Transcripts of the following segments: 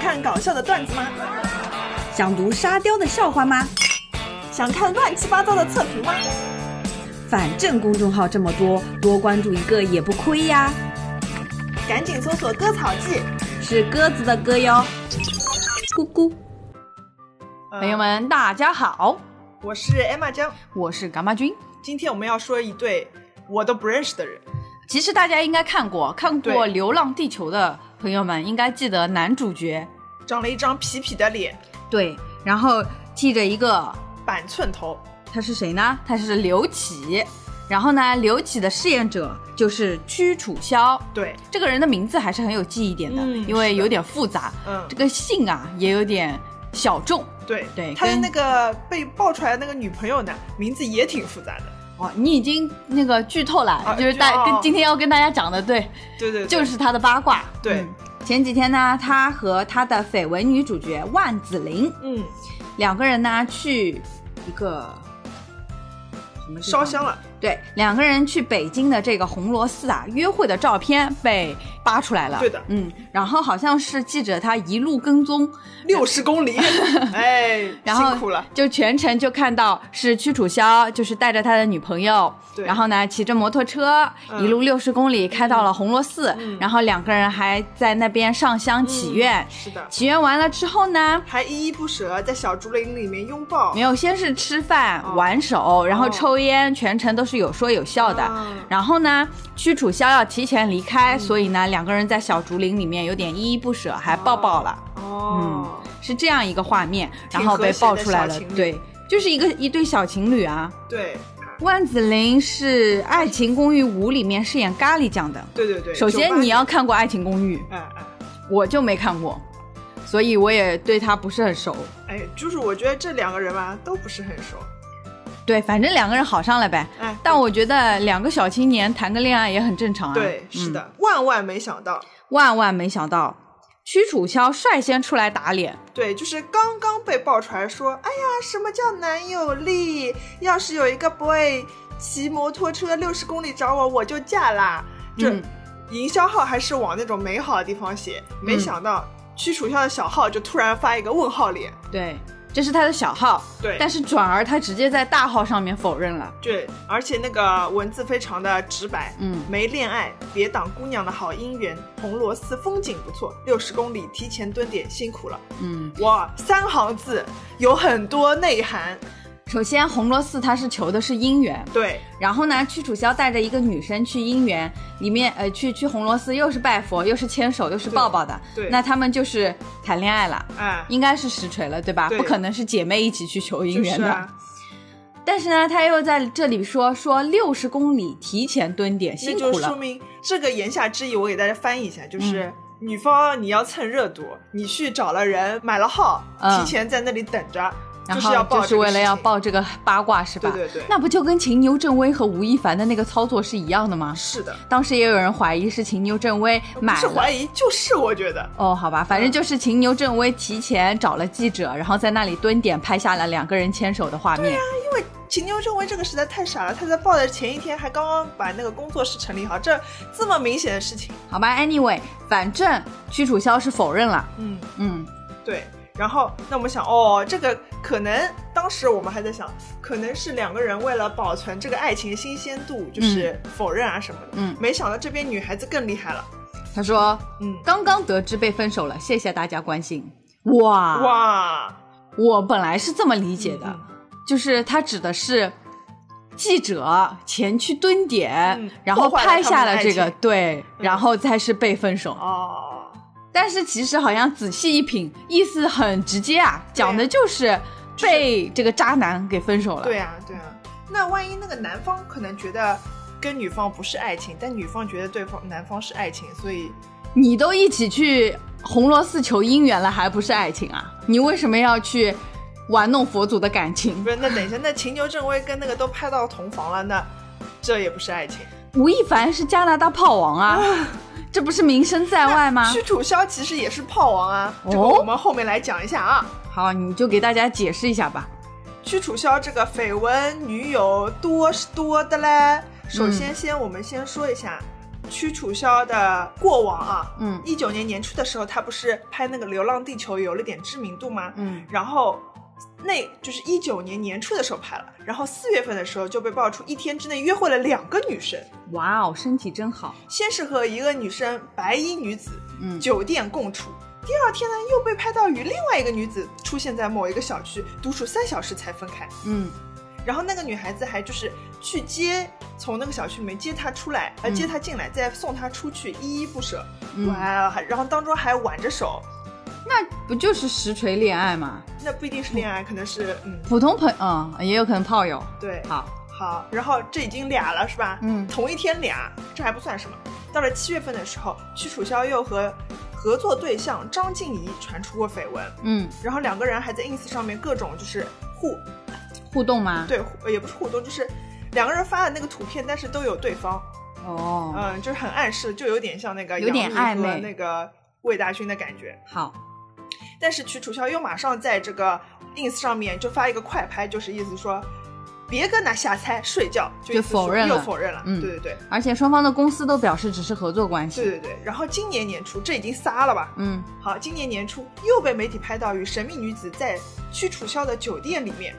看搞笑的段子吗？想读沙雕的笑话吗？想看乱七八糟的测评吗？反正公众号这么多，多关注一个也不亏呀。赶紧搜索“割草记”，是鸽子的歌哟。咕咕，朋友们，大家好，呃我是 Emma 江，我是伽马君。今天我们要说一对我都不认识的人。其实大家应该看过，看过《对流浪地球》的朋友们应该记得男主角，长了一张痞痞的脸，对，然后剃着一个，板寸头，他是谁呢？他是刘启。然后呢，刘启的饰演者就是屈楚萧。对，这个人的名字还是很有记忆点的，嗯因是为的有点复杂。嗯这个姓啊也有点小众。对对他的跟那个被爆出来的那个女朋友呢，名字也挺复杂的。哦，你已经那个剧透了，啊就是大、剧透跟今天要跟大家讲的，对，对对对，就是他的八卦。对嗯前几天呢，他和他的绯闻女主角万梓琳嗯，两个人呢去一个什么地方烧香。了，对，两个人去北京的这个红螺寺啊，约会的照片被扒出来了。对的嗯，然后好像是记者他一路跟踪，六十公 里，哎，然后辛苦了。就全程就看到是屈楚萧，就是带着他的女朋友，对然后呢骑着摩托车、嗯一路六十公里开到了红螺寺，然后两个人还在那边上香祈愿。是的，祈愿完了之后呢，还依依不舍在小竹林里面拥抱没。有先是吃饭、哦玩手，然后抽烟，全程都是有说有笑的。啊嗯然后呢，屈楚萧要提前离开，所以呢两个人在小竹林里面有点依依不舍，还抱抱了。哦，是这样一个画面，挺然后被爆出来和了谐的小情。侣对，就是一个一对小情侣啊。对万梓琳是《爱情公寓五》里面饰演咖喱酱的。对对对。首酒先吧你要看过《爱情公寓》，哎哎我就没看过，所以我也对他不是很熟。哎，就是我觉得这两个人吧都不是很熟。对，反正两个人好上了呗。哎，但我觉得两个小青年谈个恋爱也很正常啊。对，是嗯的，万万没想到，万万没想到，屈楚萧率先出来打脸。对，就是刚刚被爆出来说，哎呀，什么叫男友力？要是有一个 boy 骑摩托车六十公里找我，我就嫁啦。这、嗯营销号还是往那种美好的地方写，没嗯想到屈楚萧的小号就突然发一个问号脸。对，这是他的小号，对，但是转而他直接在大号上面否认了。对，而且那个文字非常的直白，嗯没恋爱，别挡姑娘的好姻缘。红螺寺风景不错，六十公里提前蹲点，辛苦了。嗯，哇，三行字有很多内涵，首先红螺寺他是求的是姻缘，对然后呢，屈楚萧带着一个女生去姻缘里面，呃，去去红螺寺，又是拜佛，又是牵手，又是抱抱的。对，那他们就是谈恋爱了，哎，应该是实锤了，对吧？对不可能是姐妹一起去求姻就是缘的。啊，但是呢，他又在这里说说六十公里提前蹲点，那辛就苦说了。明这个言下之意，我给大家翻译一下，就是。嗯女方你要蹭热度，你去找了人买了号，嗯提前在那里等着，然是要后报就这是个为了事要情，报这个八卦是吧？对对对，那不就跟秦牛正威和吴亦凡的那个操作是一样的吗？是的，当时也有人怀疑是秦牛正威不买是了怀疑就是我觉得，哦，好吧，嗯反正就是秦牛正威提前找了记者，然后在那里蹲点拍下了两个人牵手的画面。秦牛正威这个实在太傻了，他在报的前一天还刚刚把那个工作室成立好，这这么明显的事情，好吧，anyway，反正屈楚萧是否认了。嗯，嗯，对。然后，那我们想，哦，这个可能当时我们还在想，可能是两个人为了保存这个爱情新鲜度，就是否认啊什么的。嗯没想到这边女孩子更厉害了。他说嗯，刚刚得知被分手了，谢谢大家关心。哇，哇，我本来是这么啊理解的，嗯就是他指的是。记者前去蹲点，嗯然后破坏了拍下他们了的这个爱情对，嗯然后再是被分手。哦，但是其实好像仔细一品，意思很直接啊，讲的就是被这个渣男给分手了。对啊，对啊。那万一那个男方可能觉得跟女方不是爱情，但女方觉得对方男方是爱情，所以你都一起去红螺寺求姻缘了，还不是爱情啊？你为什么要去玩弄佛祖的感情不？是，那等一下，那秦牛正威跟那个都拍到同房了，那这也不是爱情。吴亦凡是加拿大炮王啊，这不是名声在外吗？屈楚萧其实也是炮王啊，啊哦这个我们后面来讲一下啊。好，你就给大家解释一下吧。屈楚萧这个绯嗯闻女友多是多的嘞。首先，先我们先说一下，屈楚萧的过往啊，嗯一九年年初的时候，他不是拍那个《流浪地球》有了点知名度吗？嗯然后那就是一九年年初的时候拍了，然后四月份的时候就被爆出一天之内约会了两个女生，哇哦，身体真好。先是和一个女生白衣女子嗯酒店共处，第二天呢又被拍到与另外一个女子出现在某一个小区独处三小时才分开，嗯然后那个女孩子还就是去接从那个小区里面接她出来，呃嗯接她进来，再送她出去，依依不舍，嗯，哇，还然后当中还挽着手，那不就是实锤恋爱吗？那不一定是恋爱，可能是嗯普通朋啊、也有可能炮友。对，好，好，然后这已经俩了是吧？嗯同一天俩，这还不算什么。到了七月份的时候，屈楚萧又和合作对象张婧仪传出过绯闻，嗯，然后两个人还在 ins 上面各种就是互互动吗？，对互呃也不是互动，就是两个人发的那个图片，但是都有对方，哦，嗯，就是很暗示，就有点像那个有点杨幂暧和昧那个魏大勋的感觉。好，但是屈楚萧又马上在这个 ins 上面就发一个快拍，就是意思说。别跟他瞎猜，睡觉就就意思说否认了又否认了。嗯对对对，而且双方的公司都表示只是合作关系。对对对，然后今年年初，这已经仨了吧？嗯，好，今年年初又被媒体拍到与神秘女子在屈楚萧的酒店里面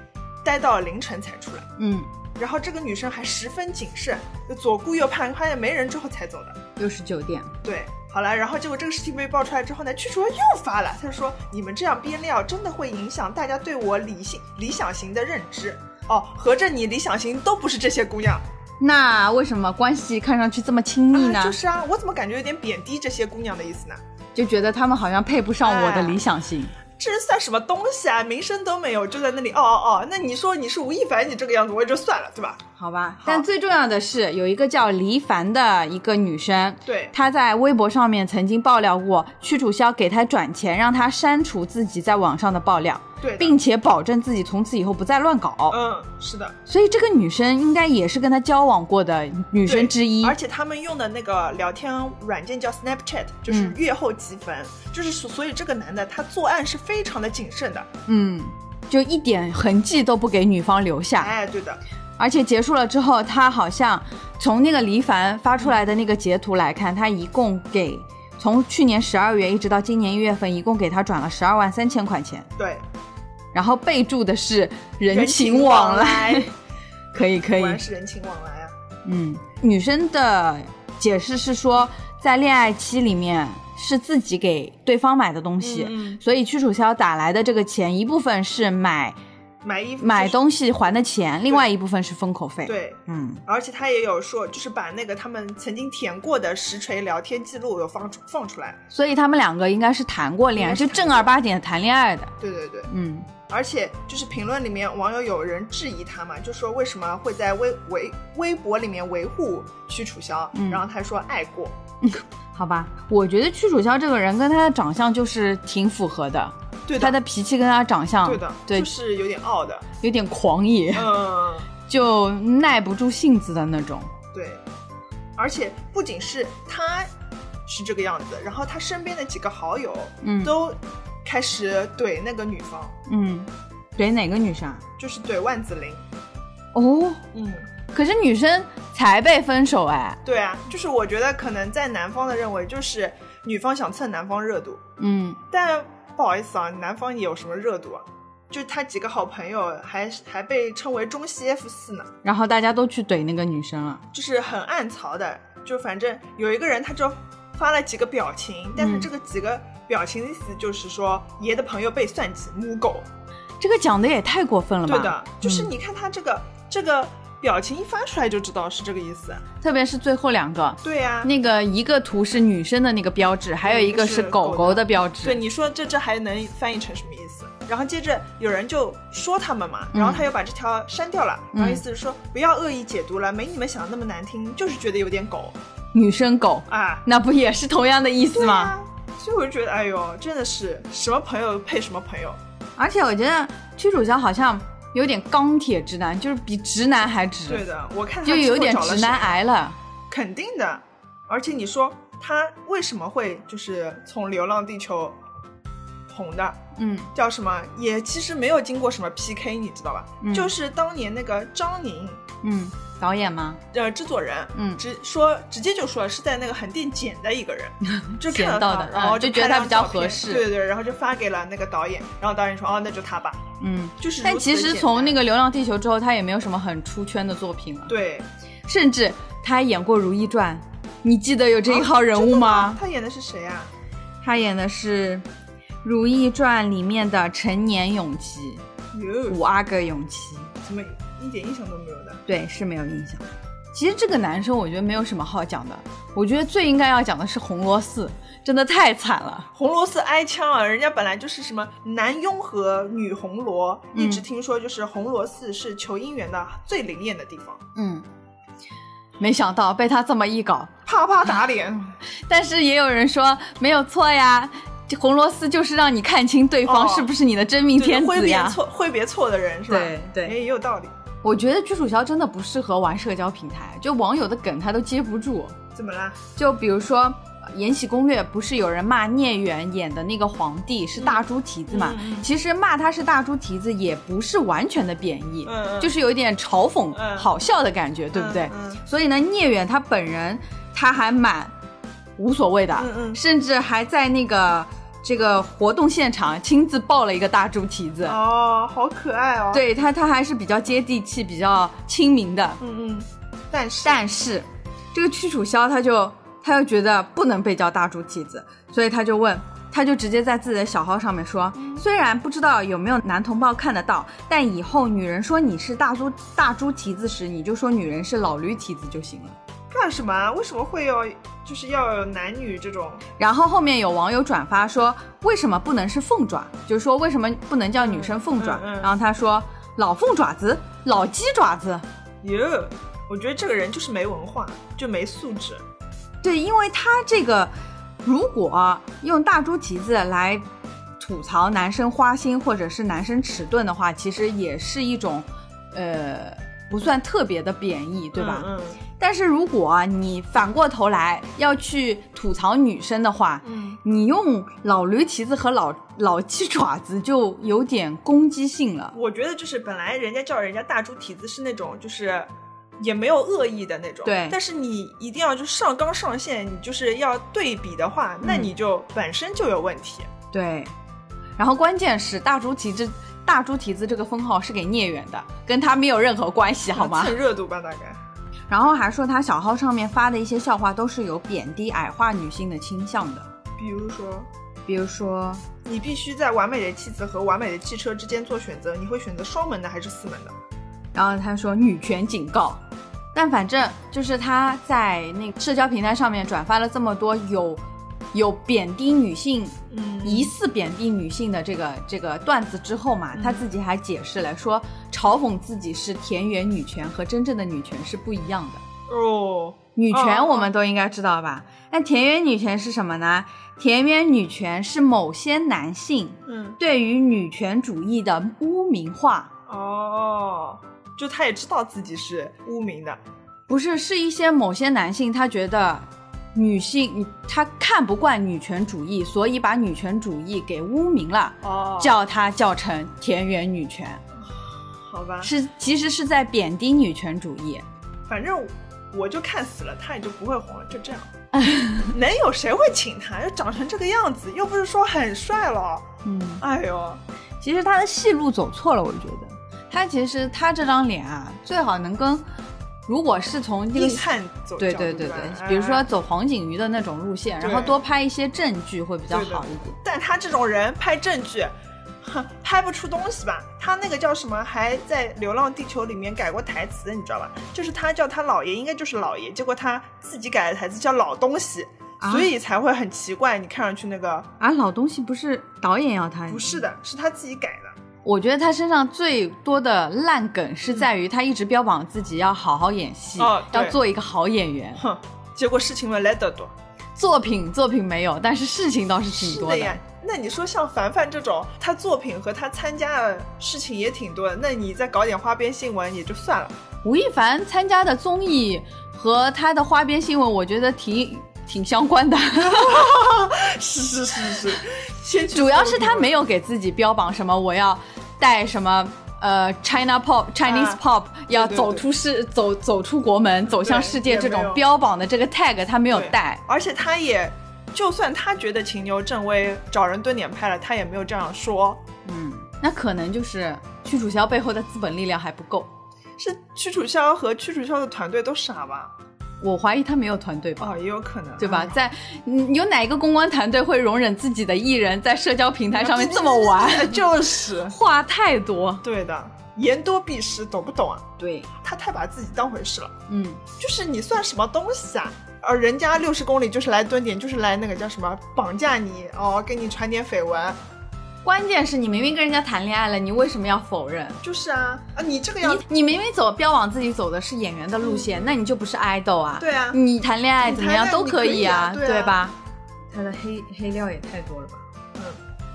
待到了凌晨才出来，嗯，然后这个女生还十分谨慎，就左顾右盼，发现没人之后才走的。又是酒店。对，好了，然后结果这个事情被爆出来之后呢，屈楚萧又发了，他说你们这样编料真的会影响大家对我理性理想型的认知。哦，合着你理想型都不是这些姑娘那为什么关系看上去这么亲密呢？啊？就是啊，我怎么感觉有点贬低这些姑娘的意思呢？就觉得他们好像配不上我的哎理想型。这是算什么东西啊？名声都没有，就在那里哦哦哦。那你说你是吴亦凡，你这个样子我也就算了，对吧？好吧，好但最重要的是，有一个叫黎凡的一个女生，对她在微博上面曾经爆料过，屈楚萧给她转钱，让她删除自己在网上的爆料，对的，并且保证自己从此以后不再乱搞。嗯，是的，所以这个女生应该也是跟他交往过的女女生之一。而且他们用的那个聊天软件叫 Snapchat，就是嗯月后积分，就是所所以这个男的他作案是非常的谨慎的。嗯，就一点痕迹都不给女方留下。哎，对的，而且结束了之后，他好像从那个黎凡发出来的那个截图来看，他一共给从去年十二月一直到今年一月份，一共给他转了十二万三千块钱，对，然后备注的是人人情往往来。，可以 可以果，然是人情往来啊。嗯，女生的解释是说，在恋爱期里面是自己给对方买的东西，嗯嗯所以屈楚萧打来的这个钱一部分是买买衣服买就是东西还的钱，另外一部分是封口费。，对。嗯，而且他也有说，就是把那个他们曾经填过的实锤聊天记录有放出放出来。所以他们两个应该是谈过恋爱，应该是就正儿八经的谈恋爱的。对对对，嗯，而且就是评论里面网友有人质疑他嘛，就说为什么会在微微微博里面维护屈楚萧，嗯然后他说爱过，好吧，我觉得屈楚萧这个人跟他的长相就是挺符合的，对的，嗯他的脾气跟他长相，对的，就是有点傲的，有点狂野，嗯，就耐不住性子的那种。对，而且不仅是他是这个样子，然后他身边的几个好友嗯都开始怼那个女方，嗯，怼哪个女生啊？就是怼万梓琳，哦，嗯，可是女生才被分手哎，对啊，就是我觉得可能在男方的认为就是女方想蹭男方热度，嗯，但不好意思啊，南方也有什么热度啊？就他几个好朋友还还被称为中西 F 四呢，然后大家都去怼那个女生了，就是很暗槽的。就反正有一个人他就发了几个表情，但是嗯这个几个表情的意思就是说爷的朋友被算计，母狗。这个讲的也太过分了吧？对的，就是你看他这个、这个表情一发出来就知道是这个意思。啊特别是最后两个，对呀、那个一个图是女生的那个标志，还有一个是狗狗的标志。对，你说这这还能翻译成什么意思？然后接着有人就说他们嘛，然后嗯他又把这条删掉了，然后意思是说不要恶意解读了，没你们想的那么难听，就是觉得有点狗女生狗，啊，那不也是同样的意思对吗？啊，所以我就觉得，哎呦，真的是什么朋友配什么朋友，而且我觉得屈楚萧好像有点钢铁直男，就是比直男还直，对的，我看他就有之后点找了直男谁，癌了。肯定的。而且你说他为什么会就是从《流浪地球》红的？嗯叫什么？也其实没有经过什么 PK，你知道吧？嗯就是当年那个张宁嗯，导演吗？呃制作人，嗯直说直接就说是在那个横店捡的一 个人，就看捡到他的然后嗯就觉拍得他张比较照片合适对对对，然后就发给了那个导演，然后导演说哦那就他吧，嗯。就是但如此其实简从单那个《流浪地球》之后，他也没有什么很出圈的作品了。，对甚至他还演过《如懿传》，你记得 有这一号人真物的吗？他演的是谁啊？他演的是《如懿传》里面的陈年永琪，五哟，阿哥永琪。怎么一点印象都没有的？对，是没有印象。其实这个男生我觉得没有什么好讲的，我觉得最应该要讲的是红螺寺，真的太惨了。红螺寺挨枪啊，人家本来就是什么男雍和女红螺，嗯一直听说就是红螺寺是求姻缘的最灵验的地方，嗯，没想到被他这么一搞，啪啪打 脸。但是也有人说没有错呀，这红螺丝就是让你看清对方哦是不是你的真命对天挥子别呀。错挥别错的人是吧？对对哎也有道理。我觉得剧楚萧真的不适合玩社交平台，就网友的梗他都接不住。怎么啦？就比如说。呃《延禧攻略》不是有人骂聂远演的那个皇帝是大猪蹄子嘛？嗯嗯嗯其实骂他是大猪蹄子也不是完全的贬义，嗯嗯就是有一点嘲讽、嗯好笑的感觉，对不对？嗯嗯所以呢，聂远他本人他还蛮无所谓的，嗯嗯甚至还在那个这个活动现场亲自抱了一个大猪蹄子。哦，好可爱哦。，对他，他还是比较接地气、比较亲民的。嗯嗯。但是但是这个屈楚萧他就他又觉得不能被叫大猪蹄子，所以他就问。他就直接在自己的小号上面说，嗯虽然不知道有没有男同胞看得到，但以后女人说你是大猪大猪蹄子时，你就说女人是老驴蹄子就行了。干什么啊？为什么会要就是要有男女这种？然后后面有网友转发说，为什么不能是凤爪？就是说为什么不能叫女生凤爪？嗯嗯嗯然后他说老凤爪子、老鸡爪子，哟，我觉得这个人就是没文化，就没素质。对，因为他这个如果用大猪蹄子来吐槽男生花心或者是男生迟钝的话，其实也是一种呃不算特别的贬义，对吧？嗯但是如果啊你反过头来要去吐槽女生的话，嗯你用老驴蹄子和老老鸡爪子就有点攻击性了。我觉得就是本来人家叫人家大猪蹄子是那种就是。也没有恶意的那种，对但是你一定要就上纲上线，你就是要对比的话，那嗯你就本身就有问题。对，然后关键是大猪蹄子，大猪蹄子这个封号是给聂远的，跟他没有任何关系，好吗蹭？热度吧，大概。然后还说他小号上面发的一些笑话都是有贬低矮化女性的倾向的，比如说，比如说你必须在完美的妻子和完美的汽车之间做选择，你会选择双门的还是四门的？然后他说女权警告，但反正就是他在那个社交平台上面转发了这么多有有贬低女性。嗯疑似贬低女性的这个这个段子之后嘛，他自己还解释了说，嘲讽自己是田园女权和真正的女权是不一样的。哦，女哦权我们都应该知道吧？那田园女权是什么呢？田园女权是某些男性嗯，对于女权主义的污名化，哦，就他也知道自己是污名的，不是，是一些某些男性他觉得女性他看不惯女权主义，所以把女权主义给污名了，哦叫它叫成田园女权，好吧，是其实是在贬低女权主义。反正我就看死了，他也就不会红了，就 这样。能有谁会请他？又长成这个样子，又不是说很帅了。嗯。哎呦，其实他的戏路走错了，我觉得他其实他这张脸啊，最好能跟，如果是从这个硬汉走对角对度对吧对，比如说哎走黄景瑜的那种路线，然后对多拍一些正剧会比较对对好一点。但他这种人拍证据，哼，拍不出东西吧？他那个叫什么，还在《流浪地球》里面改过台词，你知道吧？就是他叫他姥爷，应该就是姥爷，结果他自己改的台词叫老东西，啊所以才会很奇怪。你看上去那个啊，老东西不是导演要他，不是，的，是他自己改的。我觉得他身上最多的烂梗是在于他一直标榜自己要好好演戏，哦对要做一个好演员。哼，结果事情嘛来得多，作品作品没有，但是事情倒是挺是多的呀。那你说像凡凡这种，他作品和他参加的事情也挺多的，那你再搞点花边新闻也就算了。吴亦凡参加的综艺和他的花边新闻，我觉得挺挺相 关的，是是 是是，先去主要是做他评论没有给自己标榜什么我要带什么呃 China Pop、Chinese 啊 Pop 要对对走出世、走走出国门、走向世界也这没种有标榜的这个 tag，他没有对带。而且他也，就算他觉得秦牛正威找人蹲点拍了，他也没有这样说。嗯，那可能就是屈楚萧背后的资本力量还不够。是屈楚萧和屈楚萧的团队都傻吧？我怀疑他没有团队吧，哦，也有可能，对吧？嗯在嗯有哪一个公关团队会容忍自己的艺人在社交平台上面这么玩？哎就是，话太多，对的，言多必失，懂不懂啊？对，他太把自己当回事了，嗯，就是你算什么东西啊？呃，人家六十公里就是来蹲点，就是来那个叫什么绑架你哦，给你传点绯闻，关键是你明明跟人家谈恋爱了，你为什么要否认？就是啊啊，你这个样你子，你明明走标榜自己走的是演员的路线，那你就不是爱豆嗯啊？对啊你谈恋爱怎么样你谈恋爱都可以啊，你可以啊对啊吧？他的黑黑料也太多了吧？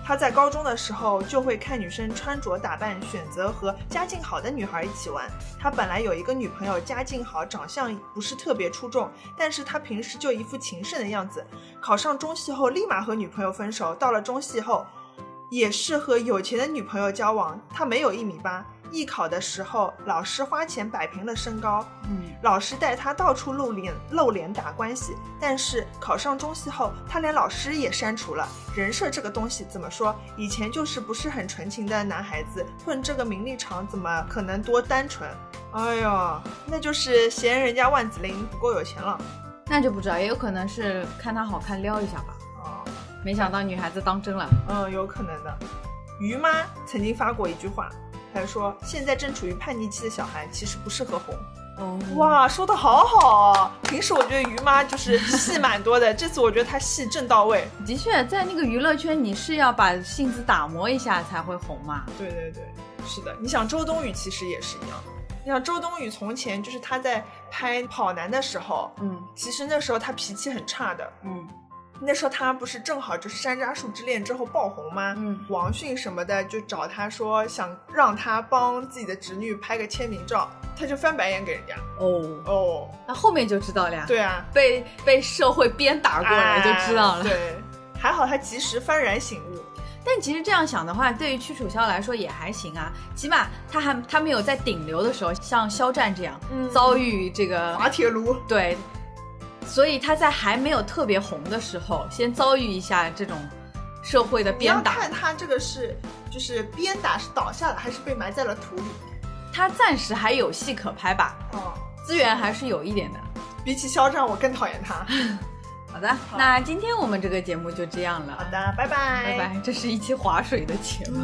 他在高中的时候就会看女生穿着打扮，选择和家境好的女孩一起玩。他本来有一个女朋友，家境好，长相不是特别出众，但是他平时就一副情圣的样子。考上中戏后，立马和女朋友分手。到了中戏后，也是和有钱的女朋友交往。他没有一米八，艺考的时候，老师花钱摆平了身高，嗯，老师带他到处露脸露脸打关系，但是考上中戏后，他连老师也删除了。人设这个东西怎么说？以前就是不是很纯情的男孩子，混这个名利场怎么可能多单纯？哎呀，那就是嫌人家万梓琳不够有钱了。那就不知道，也有可能是看他好看撩一下吧。哦，没想到女孩子当真了，嗯，有可能的。于妈曾经发过一句话，她说：“现在正处于叛逆期的小孩其实不适合红。”哦，哇，说的好好哦！平时我觉得于妈就是戏蛮多的，这次我觉得她戏正到位。的确，在那个娱乐圈，你是要把性子打磨一下才会红嘛。 对对对，是的。你想周冬雨其实也是一样的，你想周冬雨从前就是她在拍《跑男》的时候，嗯其实那时候她脾气很差的，嗯那时候她不是正好就是《山楂树之恋》之后爆红吗？嗯，王迅什么的就找她说想让她帮自己的侄女拍个签名照，她就翻白眼给人家。哦，哦，那后面就知道了呀。，对 啊，被被社会鞭打过了、就知道哎了。对，还好她及时幡然醒悟。但其实这样想的话，对于屈楚萧来说也还行啊，起码他还他没有在顶流的时候像肖战这样、嗯遭遇这个滑铁卢，对，所以他在还没有特别红的时候，先遭遇一下这种社会的你要鞭打看，他这个是就是鞭打是倒下了还是被埋在了土里。他暂时还有戏可拍吧，哦，资源还是有一点的。比起肖战，我更讨厌他。好的，那今天我们这个节目就这样了，好，的，拜拜，拜拜，这是一期划水的节目。